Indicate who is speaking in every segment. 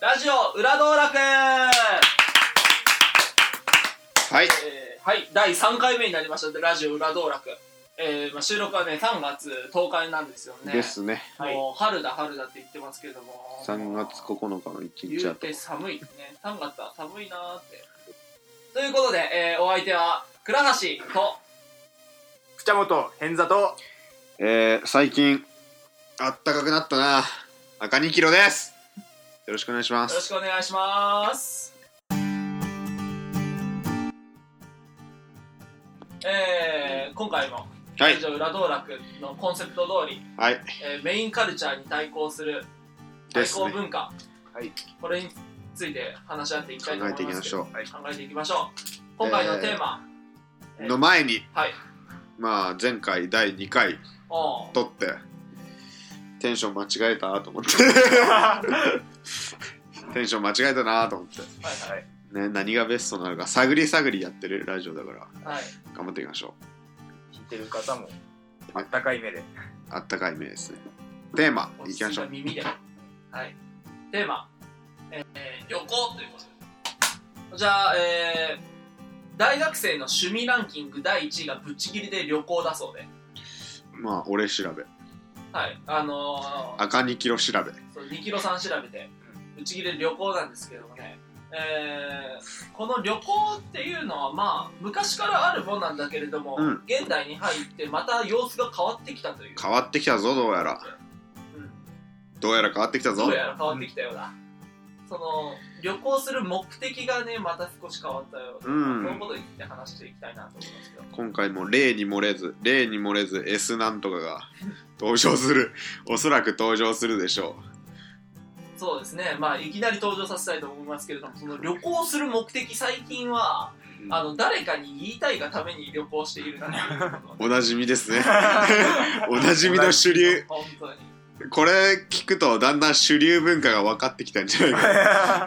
Speaker 1: ラジオ裏道楽
Speaker 2: はい
Speaker 1: えーはい、第3回目になりました、ラジオ裏道楽。えーまあ、収録はね、3月10日なんですよね。
Speaker 2: ですね
Speaker 3: はい
Speaker 1: もう春だ、春だって言ってますけども。
Speaker 2: 3月9日の一日
Speaker 1: 言う
Speaker 2: 後
Speaker 1: て寒いね。3月は寒いなーって。ということで、えーお相手は、倉橋と、
Speaker 3: くちゃもと、へんざと、
Speaker 2: えー、最近あったかくなったな赤2キロですよろしくお願いしま
Speaker 1: よろし
Speaker 2: す
Speaker 1: くお願いします。えー今回も、
Speaker 2: は
Speaker 1: ラ
Speaker 2: い
Speaker 1: ジオ裏道楽のコンセプト通り、
Speaker 2: はい
Speaker 1: えーメインカルチャーに対抗する
Speaker 2: で
Speaker 1: 対
Speaker 2: す
Speaker 1: 抗
Speaker 2: ね
Speaker 1: 文化、
Speaker 3: はい
Speaker 1: これについて話し合っていき
Speaker 2: 考
Speaker 1: たいと思
Speaker 2: え
Speaker 1: います
Speaker 2: ていきましょ
Speaker 3: はい
Speaker 1: 考えていきましょう今回のテーマ、
Speaker 2: うの前に
Speaker 1: はい
Speaker 2: まあ前回第2回
Speaker 1: おう
Speaker 2: 撮ってテンション間違えたと 思ってテンション間違えたなと思って
Speaker 1: はいは
Speaker 2: ね何がベストなのか探り探りやってるラジオだから
Speaker 1: い、はい、
Speaker 2: 頑張っていきましょう
Speaker 3: 聞いてる方も、あったかい目で。
Speaker 2: あったかい目ですねテーマ
Speaker 1: 落
Speaker 2: いき
Speaker 1: ち
Speaker 2: ま
Speaker 1: 着い
Speaker 2: しょ
Speaker 1: た
Speaker 2: う
Speaker 1: 耳ではいテーマ、えー旅行ということでじゃあえー大学生の趣味ランキング第1位がぶっちぎりで旅行だそうで、
Speaker 2: まあ俺調べ
Speaker 1: はい、あのー、
Speaker 2: 赤2キロ調べ
Speaker 1: そう2キロさん調べてうち切れ旅行なんですけどもね、えーこの旅行っていうのはまあ昔からあるもんなんだけれども、
Speaker 2: うん
Speaker 1: 現代に入ってまた様子が変わってきたという、
Speaker 2: 変わってきたぞどうやら
Speaker 1: うん
Speaker 2: どうやら変わってきた
Speaker 1: ど
Speaker 2: ぞ
Speaker 1: うやら変わってきたようだ、その旅行する目的がねまた少し変わったようで、
Speaker 2: うん
Speaker 1: まあそういうことについて話していきたいなと思いますけど
Speaker 2: 今回も例に漏れず例に漏れず S なんと かが登場するおそらく登場するでしょ
Speaker 1: そうですねまあいきなり登場させたいと思いますけれどもその旅行する目的最近は
Speaker 2: う、
Speaker 1: あの誰かに言いたいがために旅行しているなということをね
Speaker 2: おなじみで すねおなじみの主流
Speaker 1: 本当に
Speaker 2: これ聞くとだんだん主流文化が分かってきたんじゃないか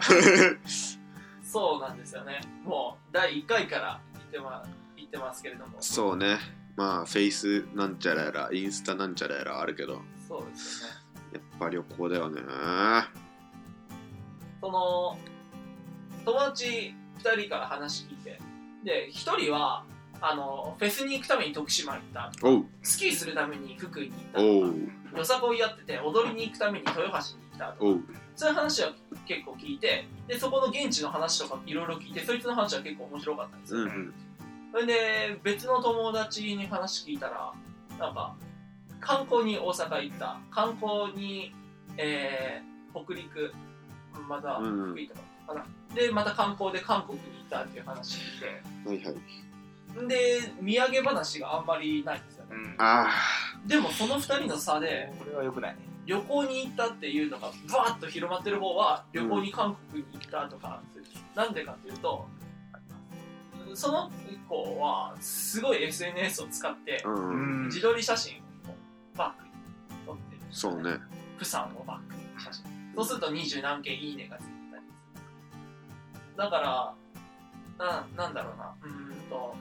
Speaker 1: そうなんですよねもう第1回から言って,、ま、言ってますけれどもそ
Speaker 2: そうねまあフェイスなんちゃらやらインスタなんちゃらやらあるけど
Speaker 1: うですよね
Speaker 2: やっぱ旅行だよね
Speaker 1: その友達2人から話聞いてで1人はあのフェスに行くために徳島行った
Speaker 2: おう
Speaker 1: スキーするために福井に
Speaker 2: お
Speaker 1: 行った
Speaker 2: う
Speaker 1: とかよさこいやってて踊りに行くために豊橋に行ったとか
Speaker 2: おう
Speaker 1: そういう話は結構聞いてでそこの現地の話とかいろいろ聞いてそいつの話は結構面白かったんですよ
Speaker 2: うんうん
Speaker 1: それで別の友達に話聞いたらなんか観光に大阪行った観光に、えー北陸また
Speaker 2: うん
Speaker 1: 福井とかかな、でまた観光で韓国に行ったっていう話聞い
Speaker 2: はいはい
Speaker 1: てで土産話があんまりないんですよね
Speaker 3: うん
Speaker 2: あ
Speaker 1: でもその2人の差で
Speaker 3: これは良くないね。
Speaker 1: 旅行に行ったっていうのがバーッと広まってる方は旅行に韓国に行ったとか、なんでかっていうとその子はすごい SNS を使って
Speaker 2: あうん、
Speaker 3: うん
Speaker 1: 自撮り写真をバックに撮ってる
Speaker 2: そうね
Speaker 1: プサンをバックに写真そうすると二十何件いいねがついてたりするだからななんだろうなうーんと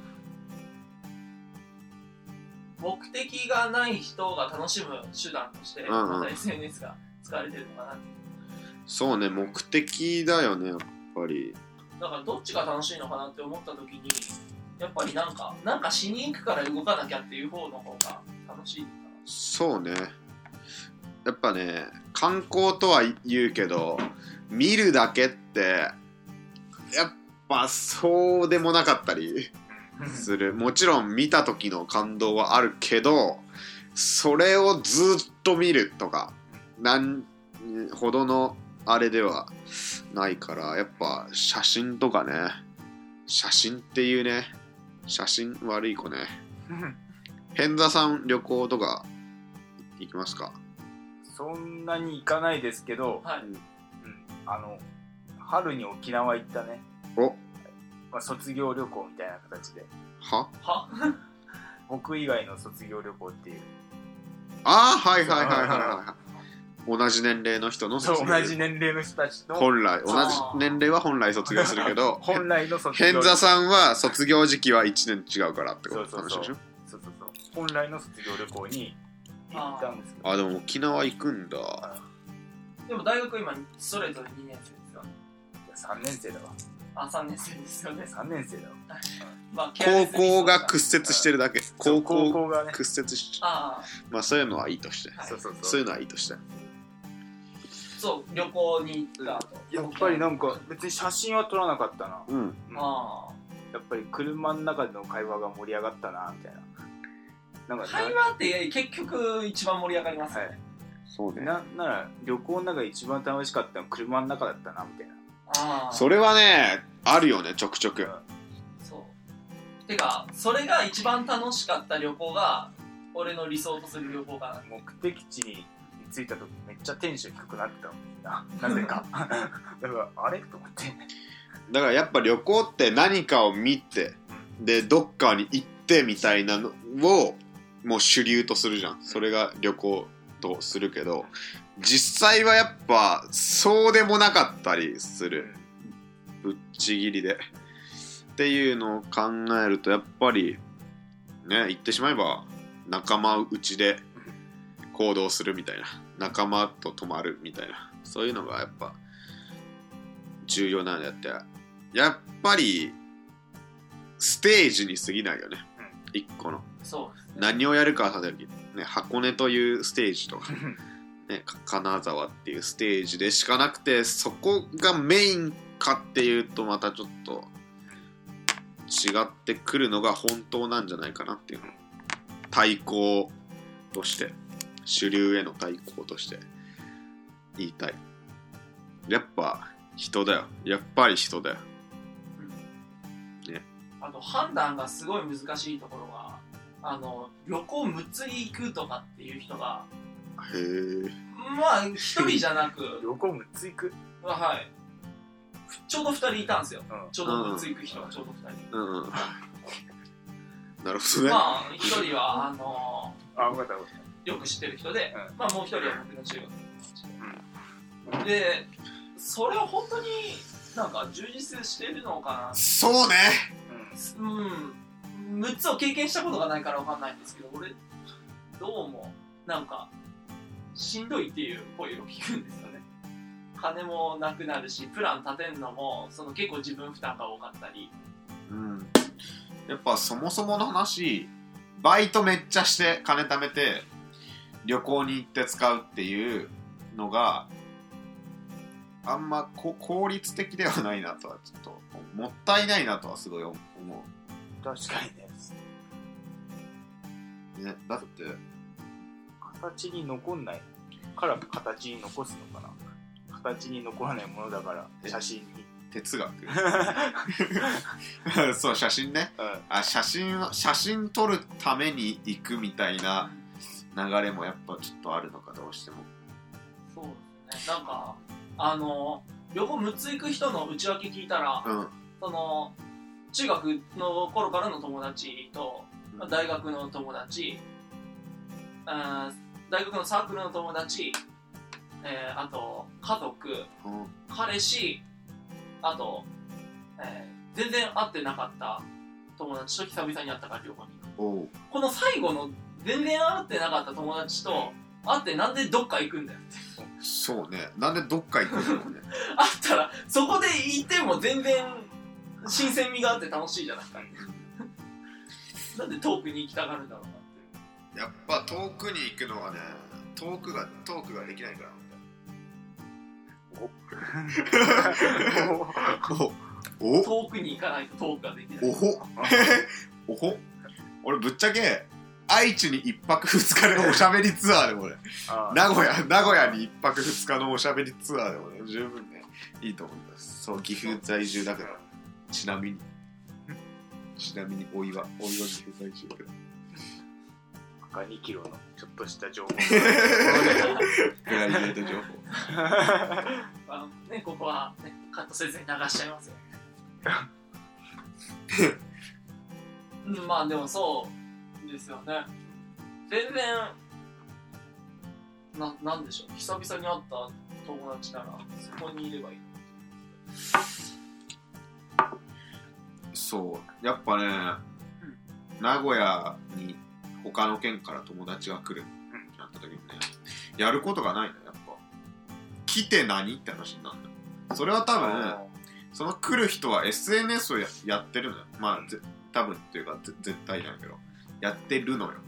Speaker 1: 目的がない人が楽しむ手段として、
Speaker 2: うんうん
Speaker 1: また SNS が使われてるのかなって
Speaker 2: そうね目的だよねやっぱり
Speaker 1: だからどっちが楽しいのかなって思った時にやっぱりなんかなんかしに行くから動かなきゃっていう方の方が楽しいのか
Speaker 2: そうねやっぱね観光とは言うけど見るだけってやっぱそうでもなかったりするもちろん見た時の感動はあるけどそれをずっと見るとかなんほどのあれではないからやっぱ写真とかね写真っていうね写真悪い子ね偏座さん旅行とか行きますか
Speaker 3: そんなに行かないですけど、
Speaker 1: なはい
Speaker 3: うんあの、春に沖縄行ったね、
Speaker 2: お
Speaker 3: まあ、卒業旅行みたいな形で、
Speaker 2: は
Speaker 1: は
Speaker 3: 僕以外の卒業旅行っていう、
Speaker 2: ああはいはいはいはいはい同じ年齢の人の
Speaker 3: そう
Speaker 2: 業
Speaker 3: 同じ年齢の人たちの
Speaker 2: 本来同じ年齢は本来卒業するけど
Speaker 3: 本来の卒業
Speaker 2: 偏座さんは卒業時期は1年違うからってこと
Speaker 3: そうそ
Speaker 2: 話
Speaker 3: うそう
Speaker 2: でしょ
Speaker 3: そうそうそう本来の卒業旅行に行ったんですけど
Speaker 2: あでも沖縄行くんだ
Speaker 1: でも大学今それぞれ2年生ですよ
Speaker 3: 3年生だわ
Speaker 1: あ、3年生ですよね。
Speaker 3: 3年生だわ
Speaker 1: まあ、ケアレス
Speaker 2: 高
Speaker 1: ミス
Speaker 2: 校が屈折してるだけ高
Speaker 3: 高
Speaker 2: 校
Speaker 3: 校がね
Speaker 2: 屈折し
Speaker 1: あ
Speaker 2: まあそういうのはいいとして
Speaker 1: あ、はい
Speaker 3: そうそう
Speaker 2: そ
Speaker 3: そう
Speaker 2: いううのはいいとして
Speaker 1: そう、旅行に行った後。
Speaker 3: やっぱりなんか別に写真は撮らなかったな
Speaker 2: うん
Speaker 1: あ
Speaker 3: やっぱり車の中での会話が盛り上がったなみたいななん
Speaker 1: あ。
Speaker 3: か
Speaker 1: 会話って結局一番盛り上がります
Speaker 3: な,、
Speaker 1: ね。
Speaker 3: はい、
Speaker 2: そうね
Speaker 3: ななら旅行の中で一番楽しかったのは車の中だったなみたいな
Speaker 1: ああ。
Speaker 2: それはねあるよねちょくちょく
Speaker 1: そう。てか、それが一番楽しかった旅行が、俺の理想とする旅行かな。
Speaker 3: 目的地に着いた時めっちゃテンション低くなってたもんみんななぜ かだからあれと思って
Speaker 2: だからやっぱ旅行って何かを見てでどっかに行ってみたいなのをもう主流とするじゃんそれが旅行とするけど実際はやっぱそうでもなかったりするぶっちぎりでっていうのを考えるとやっぱりね言ってしまえば仲間内で行動するみたいな仲間と泊まるみたいなそういうのがやっぱ重要なのであってやっぱりステージに過ぎないよね一個の
Speaker 1: そうですね。
Speaker 2: 何をやるかはさておき、ね、箱根というステージとか
Speaker 3: うん
Speaker 2: ね、か金沢っていうステージでしかなくてそこがメインかっていうとまたちょっと違ってくるのが本当なんじゃないかなっていうの対抗として主流への対抗として言いたいやっぱ人だよやっぱり人だよ
Speaker 1: あと、判断がすごい難しいところが、あの、旅行6つに行くとかっていう人が、
Speaker 2: へえ
Speaker 1: まあ、一人じゃなく、
Speaker 3: 旅行もついく
Speaker 1: はい。ちょうど二人いたんですよ。
Speaker 3: うん
Speaker 1: ちょうど6つ行く人がちょうど二人。
Speaker 2: うんうんなるほどね、
Speaker 1: まあ、一人は、あの
Speaker 3: あ分かった分かっ
Speaker 1: よく知ってる人で、
Speaker 3: う
Speaker 1: まあもう一人は僕の中学の友達で、で、それを本当になんか充実してるのか
Speaker 2: そうね
Speaker 3: たうん
Speaker 1: な、うん、6つを経験したことがないからわかんないんですけど、俺、どうも、なんか、しんどいっていう声を聞くんですよね。金もなくなるし、プラン立てるのも、その結構自分負担が多かったり、
Speaker 2: うん、やっぱそもそもの話バイトめっちゃして金貯めて旅行に行って使うっていうのがあんまこ効率的ではないなとはちょっともったいないなとはすごい思
Speaker 3: 確かにね
Speaker 2: う、ね、だって
Speaker 3: 形に残んないから形に残すのかな形に残らないものだから
Speaker 2: え
Speaker 3: 写真に、
Speaker 2: 哲学
Speaker 3: う
Speaker 2: そう写真ね
Speaker 3: ん、
Speaker 2: あ写真を写真撮るために行くみたいな流れもやっぱちょっとあるのかどうしても
Speaker 1: そうですね、なんか、あの、旅行6つ行く人の内訳聞いたら、
Speaker 2: うん
Speaker 1: その中学の頃からの友達と
Speaker 2: うん
Speaker 1: 大学の友達、あー大学のサークルの友達、えーあと家族
Speaker 2: うん
Speaker 1: 彼氏あと、えー全然会ってなかった友達と久々に会ったから旅行に
Speaker 2: おう
Speaker 1: この最後の全然会ってなかった友達と会ってなんでどっか行くんだよ
Speaker 2: そうねなんでどっか行くんだろうね
Speaker 1: 会ったらそこで行っても全然新鮮味があって楽しいじゃないなんで遠くに行きたがるんだろうなっていう
Speaker 2: やっぱ遠くに行くのはね遠くが遠くができないからおお
Speaker 1: 遠くに行かないとトークができ ない
Speaker 2: おほおほ俺ぶっちゃけ愛知に1泊2日のおしゃべりツアーでもね
Speaker 3: あ
Speaker 2: 名古屋名古屋に1泊2日のおしゃべりツアーでもね十分ねいいと思いますそう岐阜在住だからちなみにちなみにお岩お岩岐阜在住だけど
Speaker 3: 赤2キロのちょっとした情報
Speaker 2: プライベート情報
Speaker 1: あのね、ここは、ね、カットせずに流しちゃいますようんまあでもそうですよね全然ななんでしょう久々に会った友達ならそこにいればいい
Speaker 2: そうやっぱね、名古屋に他の県から友達が来るってなった時にねやることがないのやっぱ来て何って話になるんだよそれは多分その来る人は SNS をややってるのよまあぜ多分っていうかぜ絶対じゃないけどやってるのよ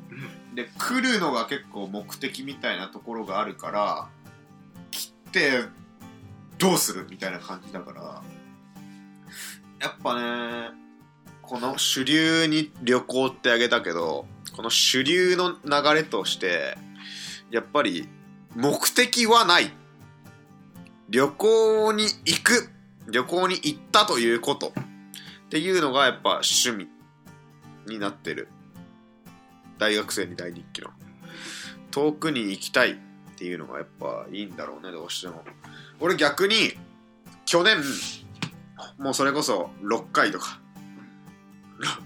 Speaker 2: で来るのが結構目的みたいなところがあるから来てどうするみたいな感じだからやっぱねこの主流に旅行ってあげたけどこの主流の流れとしてやっぱり目的はない旅行に行く旅行に行ったということっていうのがやっぱ趣味になってる大学生に大人気の遠くに行きたいっていうのがやっぱいいんだろうねどうしても俺逆に去年もうそれこそ6回とか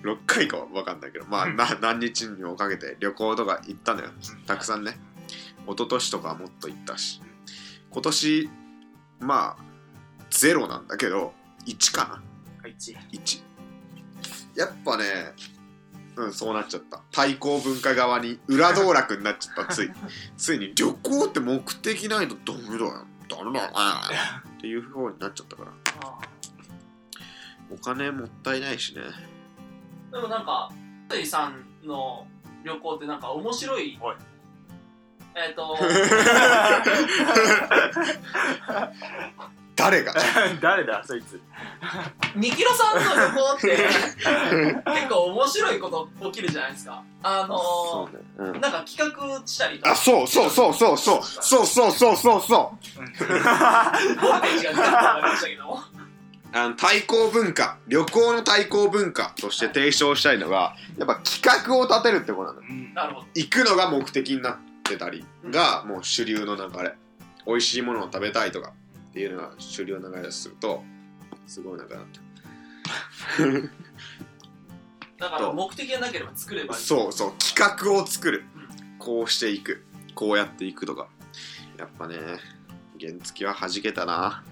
Speaker 2: 6回かは分かんないけどまあ
Speaker 3: うん
Speaker 2: な何日にもかけて旅行とか行ったのよたくさんね一昨年とかはもっと行ったし今年まあゼロなんだけど1かな
Speaker 3: はい、1。
Speaker 2: 1やっぱねうんそうなっちゃった対抗文化側に裏道楽になっちゃった ついついに旅行って目的ないとダメだよダメだよねっていう方になっちゃったから
Speaker 1: あ
Speaker 2: お金もったいないしね
Speaker 1: ーでもなんか、トイさんの旅行ってなんか面白い。
Speaker 3: はい
Speaker 1: えっ、と、
Speaker 2: 誰 が
Speaker 3: 誰だ、そいつ。
Speaker 1: ニキロさんの旅行って 結構面白いこと起きるじゃないですか。あの
Speaker 2: うね、うん
Speaker 1: ー、なんか企画したりと
Speaker 2: あ
Speaker 1: か、
Speaker 2: そうそうそうそうそうそうそうそうそうそう
Speaker 1: ボルテージが出たと思いましたけど も。
Speaker 2: あの対抗文化旅行の対抗文化として提唱したいのがやっぱ企画を立てるってことなの
Speaker 3: うん
Speaker 1: なるほど。
Speaker 2: 行くのが目的になってたりがもう主流の流れ美味しいものを食べたいとかっていうのが主流の流れだとするとすごいなんかなって
Speaker 1: だから目的がなければ作ればいい。
Speaker 2: そうそう企画を作るこうしていくこうやっていくとかやっぱね原付は弾けたな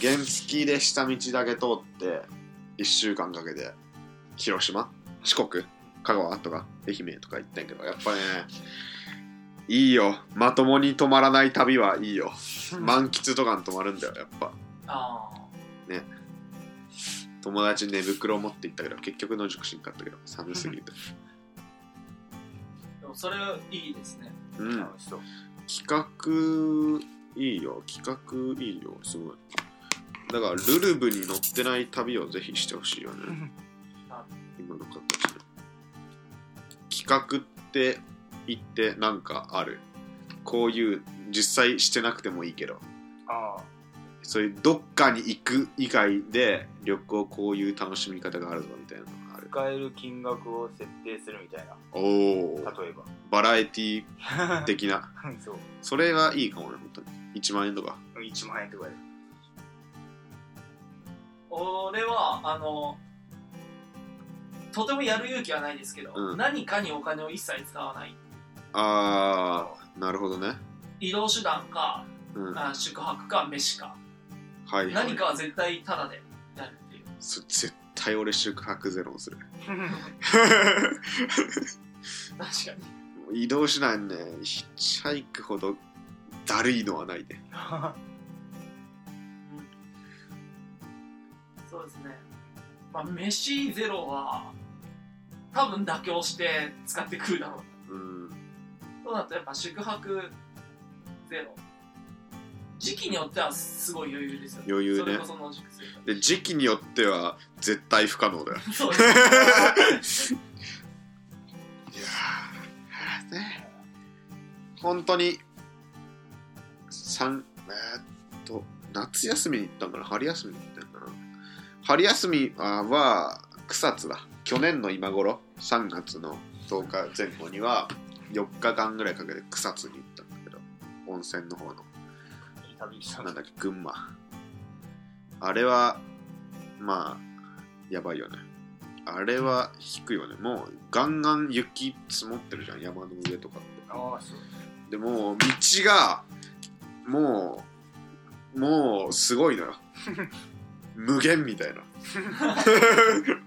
Speaker 2: 原付で下道だけ通って1週間かけて広島四国香川とか愛媛とか行ったんやけどやっぱねいいよまともに止まらない旅はいいよ満喫とかに泊まるんだよやっぱ
Speaker 1: ああ。
Speaker 2: 友達に寝袋を持って行ったけど結局野宿しんかったけど寒すぎて
Speaker 1: でもそれいいですね。
Speaker 2: うん
Speaker 3: 楽しそう。
Speaker 2: 企画いいよ企画いいよすごいだからルルブに乗ってない旅をぜひしてほしいよね今の形で企画って言ってなんかあるこういう実際してなくてもいいけど
Speaker 3: ああ。
Speaker 2: そういうどっかに行く以外で旅行こういう楽しみ方があるぞみたいなのがある
Speaker 3: 使える金額を設定するみたいな。
Speaker 2: おお
Speaker 3: 例えば。
Speaker 2: バラエティ的な
Speaker 3: そう。
Speaker 2: それはいいかもね本当に1万円とか
Speaker 3: 1万円とかで。
Speaker 1: 俺は、あの、とてもやる勇気はないですけど、
Speaker 2: うん
Speaker 1: 何かにお金を一切使わない。
Speaker 2: ああなるほどね
Speaker 1: 移動手段か、
Speaker 2: うんは
Speaker 1: あ宿泊か、飯か。
Speaker 2: い、はい、
Speaker 1: 何かは絶対タダでやるっていう。
Speaker 2: そ絶対俺宿泊ゼロにする
Speaker 1: 確かに。
Speaker 2: 移動手段ねヒッチハイクほどだるいのはないね
Speaker 1: そうですね。まあ、飯ゼロは、多分妥協して使ってくるだろう。
Speaker 2: うん
Speaker 1: そうだとやっぱ宿泊ゼロ。時期によってはすごい余裕ですよね。
Speaker 2: 余裕ね
Speaker 1: それこそ野宿するか
Speaker 2: で時期によっては絶対不可能だよ
Speaker 1: ら。そうですね。
Speaker 2: いやーね本当に三えーっと夏休みに行ったんかな春休みに行ったんかな春休みあーは草津だ去年の今頃3月の10日前後には4日間ぐらいかけて草津に行ったんだけど温泉の方の
Speaker 3: いい旅した
Speaker 2: なんだっけ群馬あれはまあやばいよねあれは引くよねもうガンガン雪積もってるじゃん山の上とかって
Speaker 3: ああ、そう。
Speaker 2: でもう道がもうもうすごいの よ無限みたいなく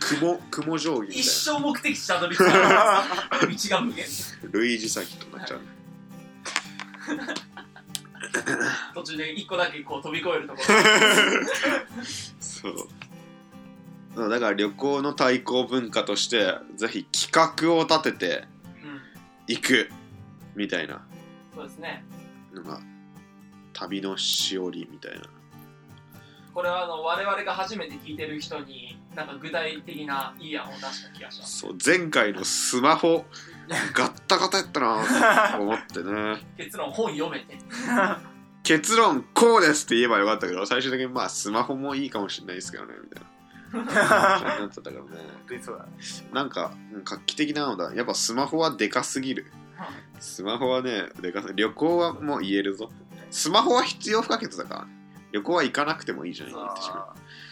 Speaker 2: 雲雲定規みたい
Speaker 1: 一生目的地たどり着かない。道が無限。
Speaker 2: な類似詐欺となっちゃう
Speaker 1: 途中で一個だけこう飛び越えるとこ
Speaker 2: そうそうだから旅行の対抗文化としてぜひ企画を立てて
Speaker 1: ろ、うん、
Speaker 2: 行くみたいな
Speaker 1: そうですね
Speaker 2: のが旅のしおりみたいな
Speaker 1: これはあの我々が初めて聞いてる人になんか具体的ないい案を出した気がします
Speaker 2: そう前回のスマホガッタガタやったなと思ってね
Speaker 1: 結論本読めて
Speaker 2: 結論こうですって言えばよかったけど最終的にまあスマホもいいかもしれないですけどねみたいな感じになっちゃったからね
Speaker 3: 本当にそうだね。
Speaker 2: なんかうん画期的なのだやっぱスマホはでかすぎるスマホはねでかす旅行はもう言えるぞスマホは必要不可欠だからね旅行は行かなくてもいいじゃない言ってしまう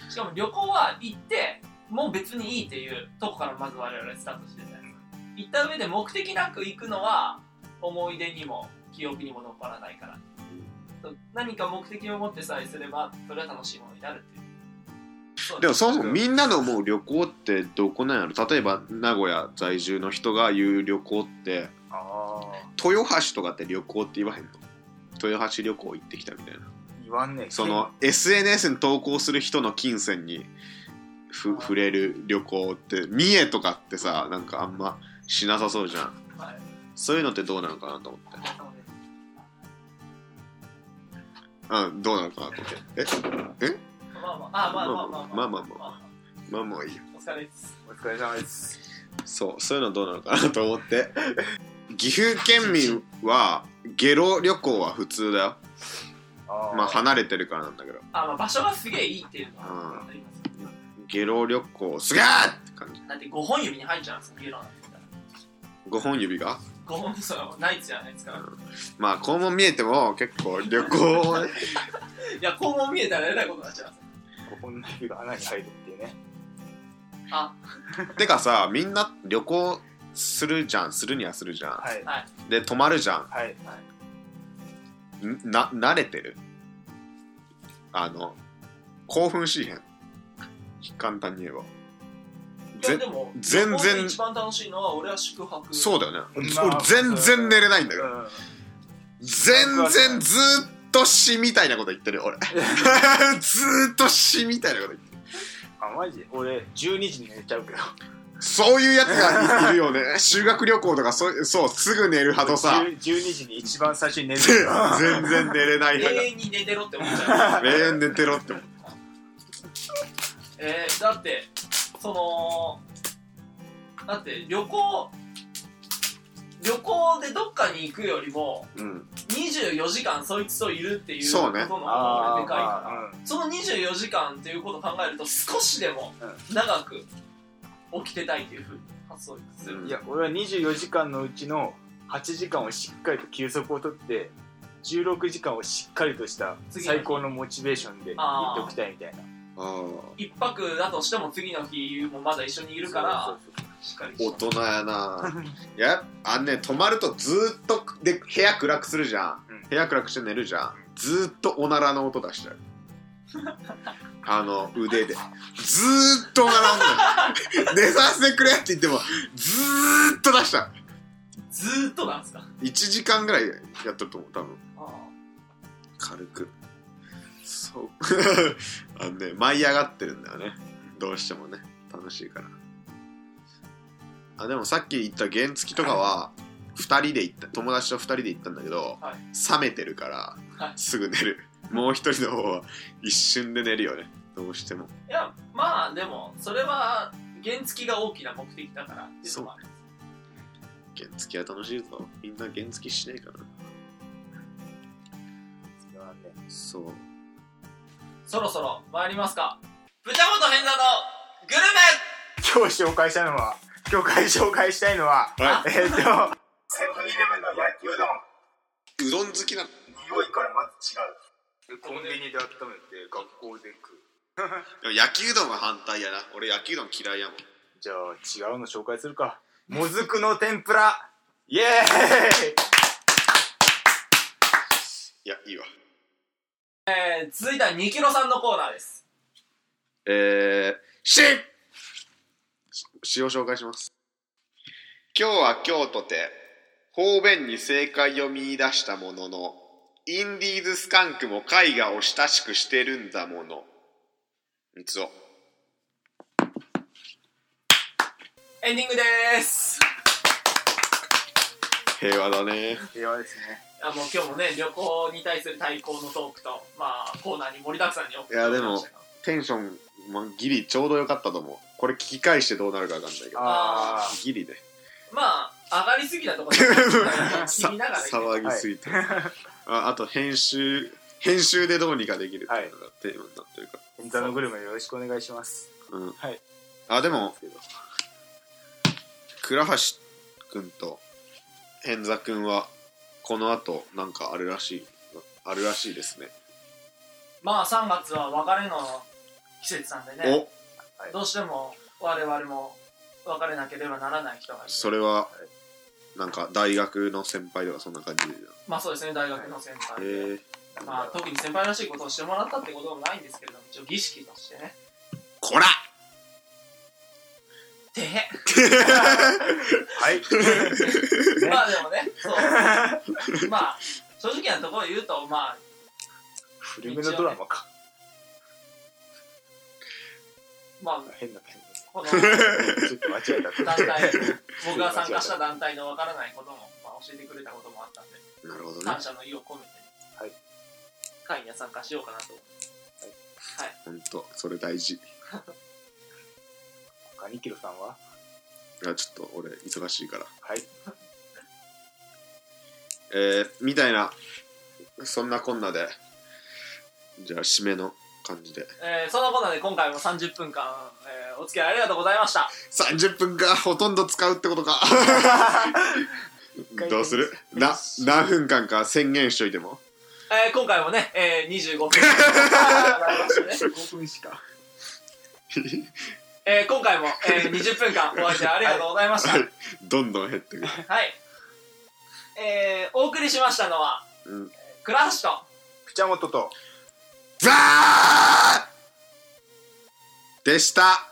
Speaker 3: あ
Speaker 1: しかも旅行は行ってもう別にいいっていうとこからまず我々スタートしてるじゃないですか行った上で目的なく行くのは思い出にも記憶にも残らないからそう何か目的を持ってさえすればそれは楽しいものになるっていうそう
Speaker 2: でも
Speaker 1: です
Speaker 2: そもそもみんなのもう旅行ってどこなんやろ例えば名古屋在住の人が言う旅行って
Speaker 3: ーあ
Speaker 2: 豊橋とかって旅行って言わへんの豊橋旅行行ってきたみたいな
Speaker 3: ー、言わんねえ。
Speaker 2: その SNS に投稿する人の金銭にふ触れる旅行って三重とかってさなんかあんましなさそうじゃん
Speaker 1: はい
Speaker 2: そういうのってどうなのかなと思ってうんどうなのかなと思ってえ
Speaker 1: まあまああまあまあまあ
Speaker 2: まあまあまあ
Speaker 1: まあ
Speaker 2: まあもういいよ
Speaker 1: お疲れです
Speaker 3: お疲れ様です。
Speaker 2: そうそういうのどうなのかなと思って岐阜県民はゲロ旅行は普通だよ
Speaker 3: あー
Speaker 2: まあ離れてるからなんだけど
Speaker 1: あ、まあ、場所がすげえいいっていうのはありますけど、
Speaker 2: ゲロ旅行すげーって感じ
Speaker 1: だって5本指に入っちゃうんですよ、ゲロなんて言ったら。
Speaker 2: 5本指が
Speaker 1: 5本そのないじゃないですか。
Speaker 2: まあ肛門見えても結構旅行をね
Speaker 1: いや、肛門見えたらえらいことになっちゃいます。
Speaker 3: こんな指が穴に入るっていうね。
Speaker 2: てか さみんな旅行するじゃんするにはするじゃん、
Speaker 3: はい。
Speaker 2: で泊まるじゃ
Speaker 3: はい。
Speaker 2: んんな慣れてるあの興奮しいへん簡単に言えば
Speaker 1: いや、
Speaker 2: ぜ
Speaker 1: でも、
Speaker 2: 全然
Speaker 1: 旅行で一番楽しいのは俺は宿泊。
Speaker 2: そう
Speaker 1: だ。
Speaker 2: だよね俺
Speaker 3: まあ
Speaker 2: 全然寝れないんだ
Speaker 3: う
Speaker 2: よ
Speaker 3: ん。
Speaker 2: 全然ずーっと死みたいなこと言ってる 俺 ずーっと死みたいなこと言ってる
Speaker 3: あ、マジ俺、12時に寝ちゃうけど。
Speaker 2: そういうやつがいるよね修学旅行とかそうそうすぐ寝る派と さ
Speaker 3: 10 12時に一番最初に寝 る。
Speaker 2: 全然寝れない派
Speaker 1: 永遠に寝てろって思っちゃう。
Speaker 2: が永遠寝てろって思う
Speaker 1: えー、だって、その、だって旅行、旅行でどっかに行くよりも、
Speaker 2: うん
Speaker 1: 24時間そいつといるっていうこと
Speaker 2: そ
Speaker 1: の方
Speaker 2: うね
Speaker 1: がでかいから。
Speaker 3: まあ
Speaker 1: その24時間ということを考えると少しでも長く起きてたいというふうに発想する、
Speaker 2: う
Speaker 3: うんんいや、俺は24時間のうちの8時間をしっかりと休息をとって、16時間をしっかりとした
Speaker 1: 次の日
Speaker 3: 最高のモチベーションで行っておきたいみたいな。
Speaker 2: あ
Speaker 1: 一泊だとしても次の日もまだ一緒にい
Speaker 3: い
Speaker 1: るからしっかりし
Speaker 2: 大
Speaker 1: て
Speaker 2: 人やないやあのね泊まるとずーっとで部屋暗くするじゃん、
Speaker 3: うん
Speaker 2: 部屋暗くして寝るじゃんずーっとおならの音出しちゃ うあの腕でずーっとおなら の音寝させてくれって言ってもずーっと出しちゃう
Speaker 1: ずーっとなんですか
Speaker 2: 1時間ぐらいやってると思う多分
Speaker 1: あ
Speaker 2: 軽くそう あのね舞い上がってるんだよねどうしてもね楽しいからあでもさっき言った原付とかは2人で行った友達と2人で行ったんだけど、
Speaker 1: はい
Speaker 2: 冷めてるから、
Speaker 1: はい
Speaker 2: すぐ寝るもう一人の方は一瞬で寝るよねどうしても
Speaker 1: いやまあでもそれは原付が大きな目的だからっていうのもある
Speaker 2: 原付は楽しいぞみんな原付しないからそう
Speaker 1: そろそろ参りますか豚本変座のグル
Speaker 3: 今日紹介したいのは、今日紹介したいのは、
Speaker 2: は
Speaker 3: えーっと、
Speaker 4: セブンイレブンの焼きうどん
Speaker 2: いうどん好きな
Speaker 4: 匂いからまず違う
Speaker 3: コンビニで温めて学校で食う
Speaker 2: でも焼きうどんは反対やな俺焼きうどん嫌いやもん
Speaker 3: じゃあ違うの紹介するかもずくの天ぷらイエー
Speaker 2: いやいいわ
Speaker 1: メン、えー、続いては2キロさんのコーナーです
Speaker 2: えー、し詩を紹介します。今日は京都で方便に正解を見出したものの、インディーズスカンクも絵画を親しくしてるんだもの。みつお。
Speaker 1: エンディングでーす
Speaker 2: 平和だね。
Speaker 3: 平和ですね。
Speaker 1: あもう今日もね旅行に対する対抗のトークとまあコーナーに盛りだくさんにお送りしてきましたけど
Speaker 2: テンション、まあ、ギリちょうどよかったと思う。これ聞き返してどうなるかわかんないけど。
Speaker 1: あ
Speaker 2: ギリね。
Speaker 1: まあ上がりすぎたところ
Speaker 2: さ
Speaker 1: 切りながら言って
Speaker 2: 騒ぎすぎて、ああと編集編集でどうにかできるっていうのがテーマになってるか
Speaker 3: エンタのグルメよろしくお願いします。
Speaker 2: ら、うん
Speaker 3: はい。
Speaker 2: あでも
Speaker 3: ですけど
Speaker 2: 倉橋君と偏座君はこの後なんかあるらしいあるらしいですね
Speaker 1: まあ3月は別れの季節なんでね
Speaker 2: お
Speaker 1: どうしても我々も別れなければならない人がいる
Speaker 2: それはなんか大学の先輩とかそんな感じで
Speaker 1: まあそうですね大学の先輩で、
Speaker 2: へえ
Speaker 1: まあ特に先輩らしいことをしてもらったってこともないんですけれども一応儀式としてね
Speaker 2: こら
Speaker 1: てへ
Speaker 3: はい。ね
Speaker 1: まあでもねそうまあ正直なところ言うとまあ
Speaker 3: 古めのドラマか。
Speaker 1: まあ
Speaker 3: 変だ変
Speaker 1: この
Speaker 3: だ。ちょっと間 違えた。
Speaker 1: 団体僕が参加した団体のわからないことも、まあ、教えてくれたこともあったんで
Speaker 2: なるほどね
Speaker 1: 感謝の意を込めて、
Speaker 3: はい
Speaker 1: 会には参加しようかなと思いますはい、
Speaker 2: ほんとそれ大事
Speaker 3: 他にキロさんは。
Speaker 2: いやちょっと俺忙しいから
Speaker 3: はい。
Speaker 2: えーみたいなそんなこんなでじゃあ締めの感じで
Speaker 1: えーそんなこんなで今回も30分間、えーお付き合いありがとうございました
Speaker 2: 30分かほとんど使うってことかどうするな何分間か宣言しといても
Speaker 1: えー今回もね、えー、25分ありましたね
Speaker 3: 5分しか。
Speaker 1: えー今回も、えー20分間お相手ありがとうございました。は
Speaker 2: はいい。どんどん減ってくる、
Speaker 1: えーお送りしましたのは、
Speaker 2: うん、
Speaker 1: 倉橋と、
Speaker 3: プチャモトと。
Speaker 2: ザーでした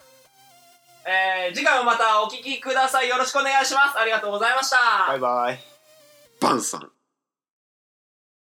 Speaker 1: えー次回もまたお聞きください。よろしくお願いします。ありがとうございました。
Speaker 3: バイバイ。
Speaker 2: バンさん